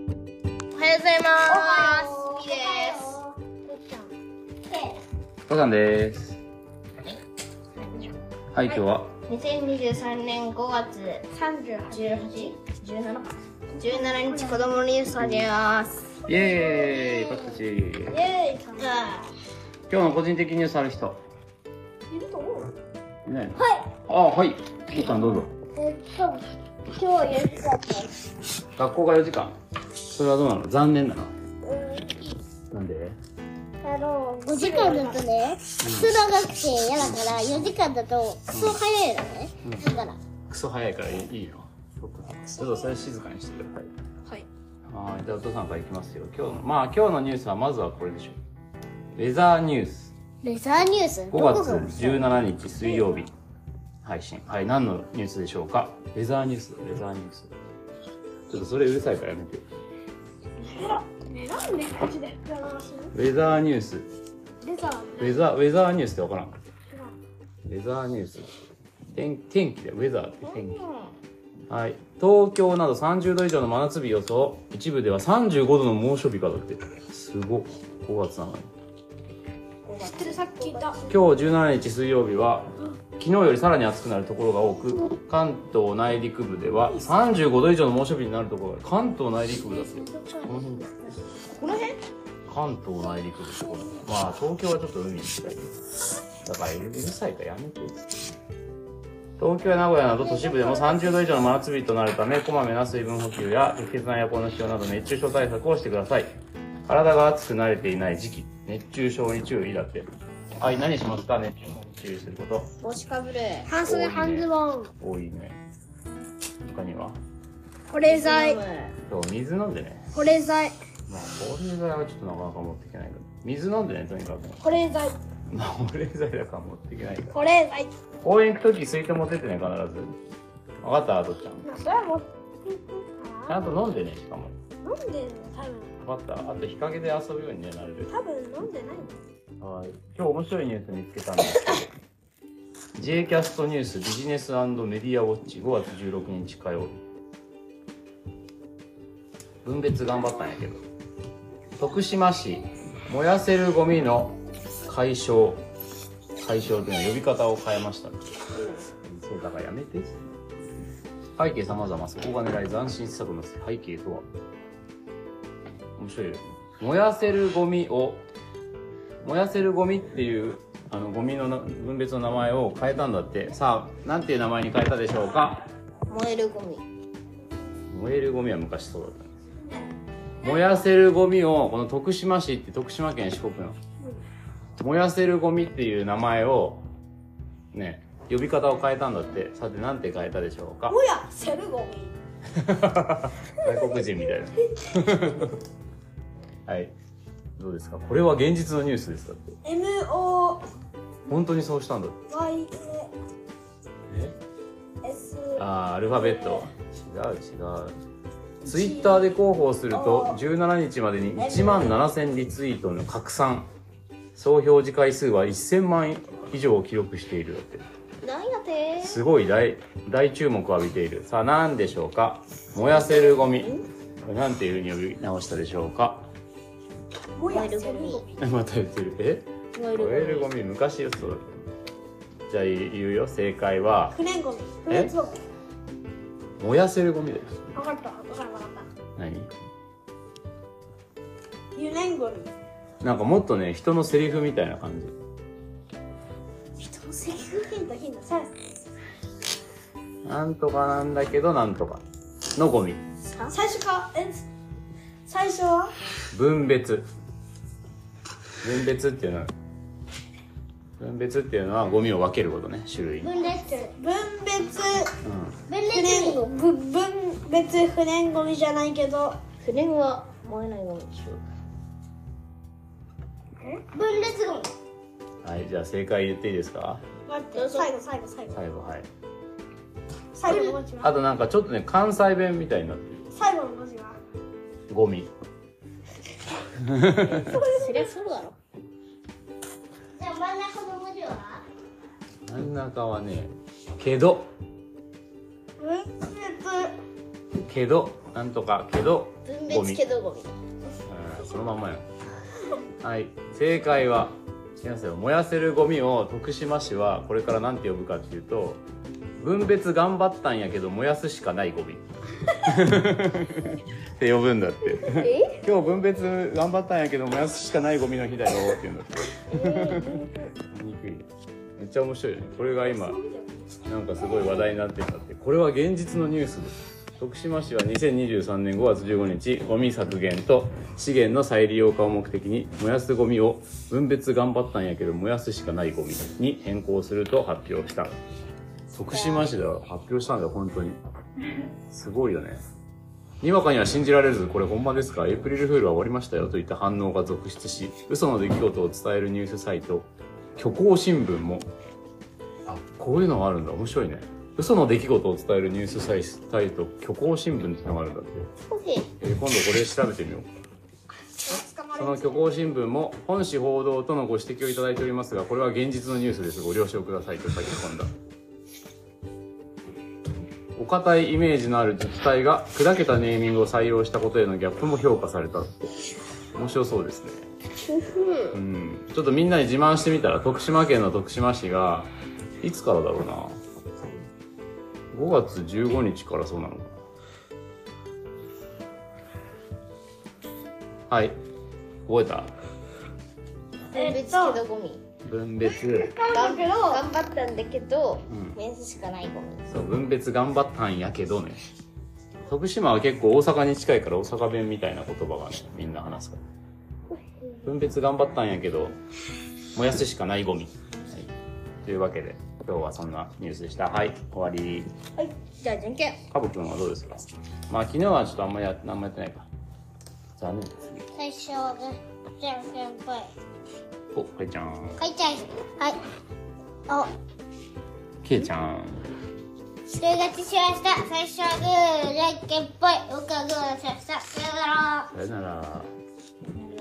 はようございます。お好きです。父さんです。はい、今日は。 2023年5月三十八18 17か17日子供のニュース始めます。イエーイ、僕たち。えうわ今日の個人的ニュースある人。いると思う。いないのはい。あ、はい。父さんどうぞ。えっと今日四時間です。学校が4時間。それはどうなの残念なのうなんでん。あの5時間だとね、クソ長くて嫌だから、4時間だとクソ早いのね。だから、クソ早いからいいいいよ。そうか。ちょっとそれ静かにしてください。はい。はい、じゃあお父さんからいきますよ。今日の、まあ今日のニュースはまずはこれでしょウェザーニュース。レザーニュース、5どこが月17日水曜日配信。はい、何のニュースでしょうかウェザーニュースだ、ウェザーニュース。ちょっとそれうるさいからやめてよ。ねなんでこっちで話すの？ウェザーニュース。ウでさ、ェザー、ウェザーニュースってわからん。ウェザーニュース。天天気だよ、ウェザーって天気。はい。東京など30度以上の真夏日予想。一部では35度の猛暑日がだって。すごっ。5月なのに。知ってるさっき聞いた。今日17日水曜日は昨日よりさらに暑くなるところが多く関東内陸部では35度以上の猛暑日になるところがある関東内陸部だってこの辺この辺関東内陸部ってことまあ東京はちょっと海に近いけどだからうるさいからやめてよ東京や名古屋など都市部でも30度以上の真夏日となるためこまめな水分補給や適切なエアコンの使用など熱中症対策をしてください体が熱く慣れていない時期熱中症に注意だってはい何しますか熱中症に注意すること帽子かぶる。多い半ね袖半ズボン。多いね他には保冷剤、そう水飲んでね保冷剤、まあ保冷剤はちょっとなかなか持っていけないけど水飲んでねとにかく保冷剤。まあ保冷剤だから持っていけないから保冷剤。公園行くとき水筒持ってってね必ず分かったあとちゃんそれはもう。ちゃんと飲んでねしかも飲んでるの多分。分かったあと日陰で遊ぶようにねなるべく多分飲んでないの。はい今日面白いニュース見つけたんですけど J キャストニュースビジネスメディアウォッチ5月16日火曜日分別頑張ったんやけど徳島市燃やせるゴミの解消解消というのは呼び方を変えましたそうだからやめて背景様々そこが狙い斬新施策の背景とは面白いよね燃やせるゴミを燃やせるゴミっていうあのゴミのな分別の名前を変えたんだってさあなんていう名前に変えたでしょうか燃えるゴミ。燃えるゴミは昔そうだったんです燃やせるゴミをこの徳島市って徳島県四国の燃やせるゴミっていう名前をね呼び方を変えたんだってさてなんて変えたでしょうかもやセルゴミ。外国人みたいな はいどうですかこれは現実のニュースですだって M O 本当にそうしたんだって Y え A S。あーアルファベット違う違うツイッターで広報すると17日までに1万7000リツイートの拡散総表示回数は1000万以上を記録しているだってなんやてすごい大大注目を浴びているさあ何でしょうか燃やせるゴミこれなんていうふうに呼び直したでしょうか も燃えやるセゴルゴミ。ミ。また言ってるえ燃え燃えるるゴゴミ昔よそうだったじゃあ言うよ正解は不燃ゴミ。え不燃ゴミ。燃やせるゴミだよ分かった。分かった。分かっ何た。油燃ゴミ。なんかもっとね人のセリフみたいな感じ人のセリフヒントヒントさなんとかなんだけどなんとかのゴミ最初かえ最初は分別分別っていうのは分別っていうのはゴミを分けることね種類に、分裂、分別う不分裂燃ゴミ。ぶ分別不燃ゴミじゃないけどミ。不燃は燃えないゴミ。分裂ゴミ。ん、はいじゃあ正解言っていいですか待っどうてぞ最後最後最後最後はい最後の文字はあとなんかちょっとね関西弁みたいになって最後の文字はるゴミそりゃそうだろ。じゃあ真ん中の文字は真ん中はねけど分別けどなんとかけど分ゴ別ミけどゴミ。そのまんまよはい正解は違いますよ燃やせるゴミを徳島市はこれから何て呼ぶかっていうと分別頑張ったんやけど燃やすしかないゴミって呼ぶんだってえ今日分別頑張ったんやけど燃やすしかないゴミの日だよっていうんだって醜いねめっちゃ面白いよねこれが今なんかすごい話題になってたってこれは現実のニュースです徳島市は2023年5月15日ゴミ削減と資源の再利用化を目的に燃やすゴミを分別頑張ったんやけど燃やすしかないゴミに変更すると発表した徳島市では発表したんだよ本当にすごいよねにわかには信じられず、これほんまですかエイプリルフールは終わりましたよといった反応が続出し、嘘の出来事を伝えるニュースサイト、虚構新聞も、あ、こういうのがあるんだ。面白いね。嘘の出来事を伝えるニュースサイサイト、虚構新聞ってのがあるんだって。オッケーえー今度これ調べてみよう。その虚構新聞も本紙報道とのご指摘をいただいておりますがこれは現実のニュースですご了承くださいと書き込んだお堅いイメージのある自治体が砕けたネーミングを採用したことへのギャップも評価されたって面白そうですねうんちょっとみんなに自慢してみたら徳島県の徳島市がいつからだろうな5月15日からそうなのかなはい覚えた分別けどゴミ分別頑頑張ったんだけどうん燃やすしかないゴミそう分別頑張ったんやけどね徳島は結構大阪に近いから大阪弁みたいな言葉がねみんな話すから分別頑張ったんやけど燃やすしかないゴミ、はい、というわけで今日はそんなニュースでしたはい終わりはいじゃあじゃんけんかぶくんはどうですかまあ昨日はちょっとあんまや何もやってないか残念ですね最初はグッじゃんけんぽいおかいちゃんはいちゃいはいおけいちゃんそれ勝ちしました最初はグーじゃんけんぽい僕はグーしましたさよならさよならなる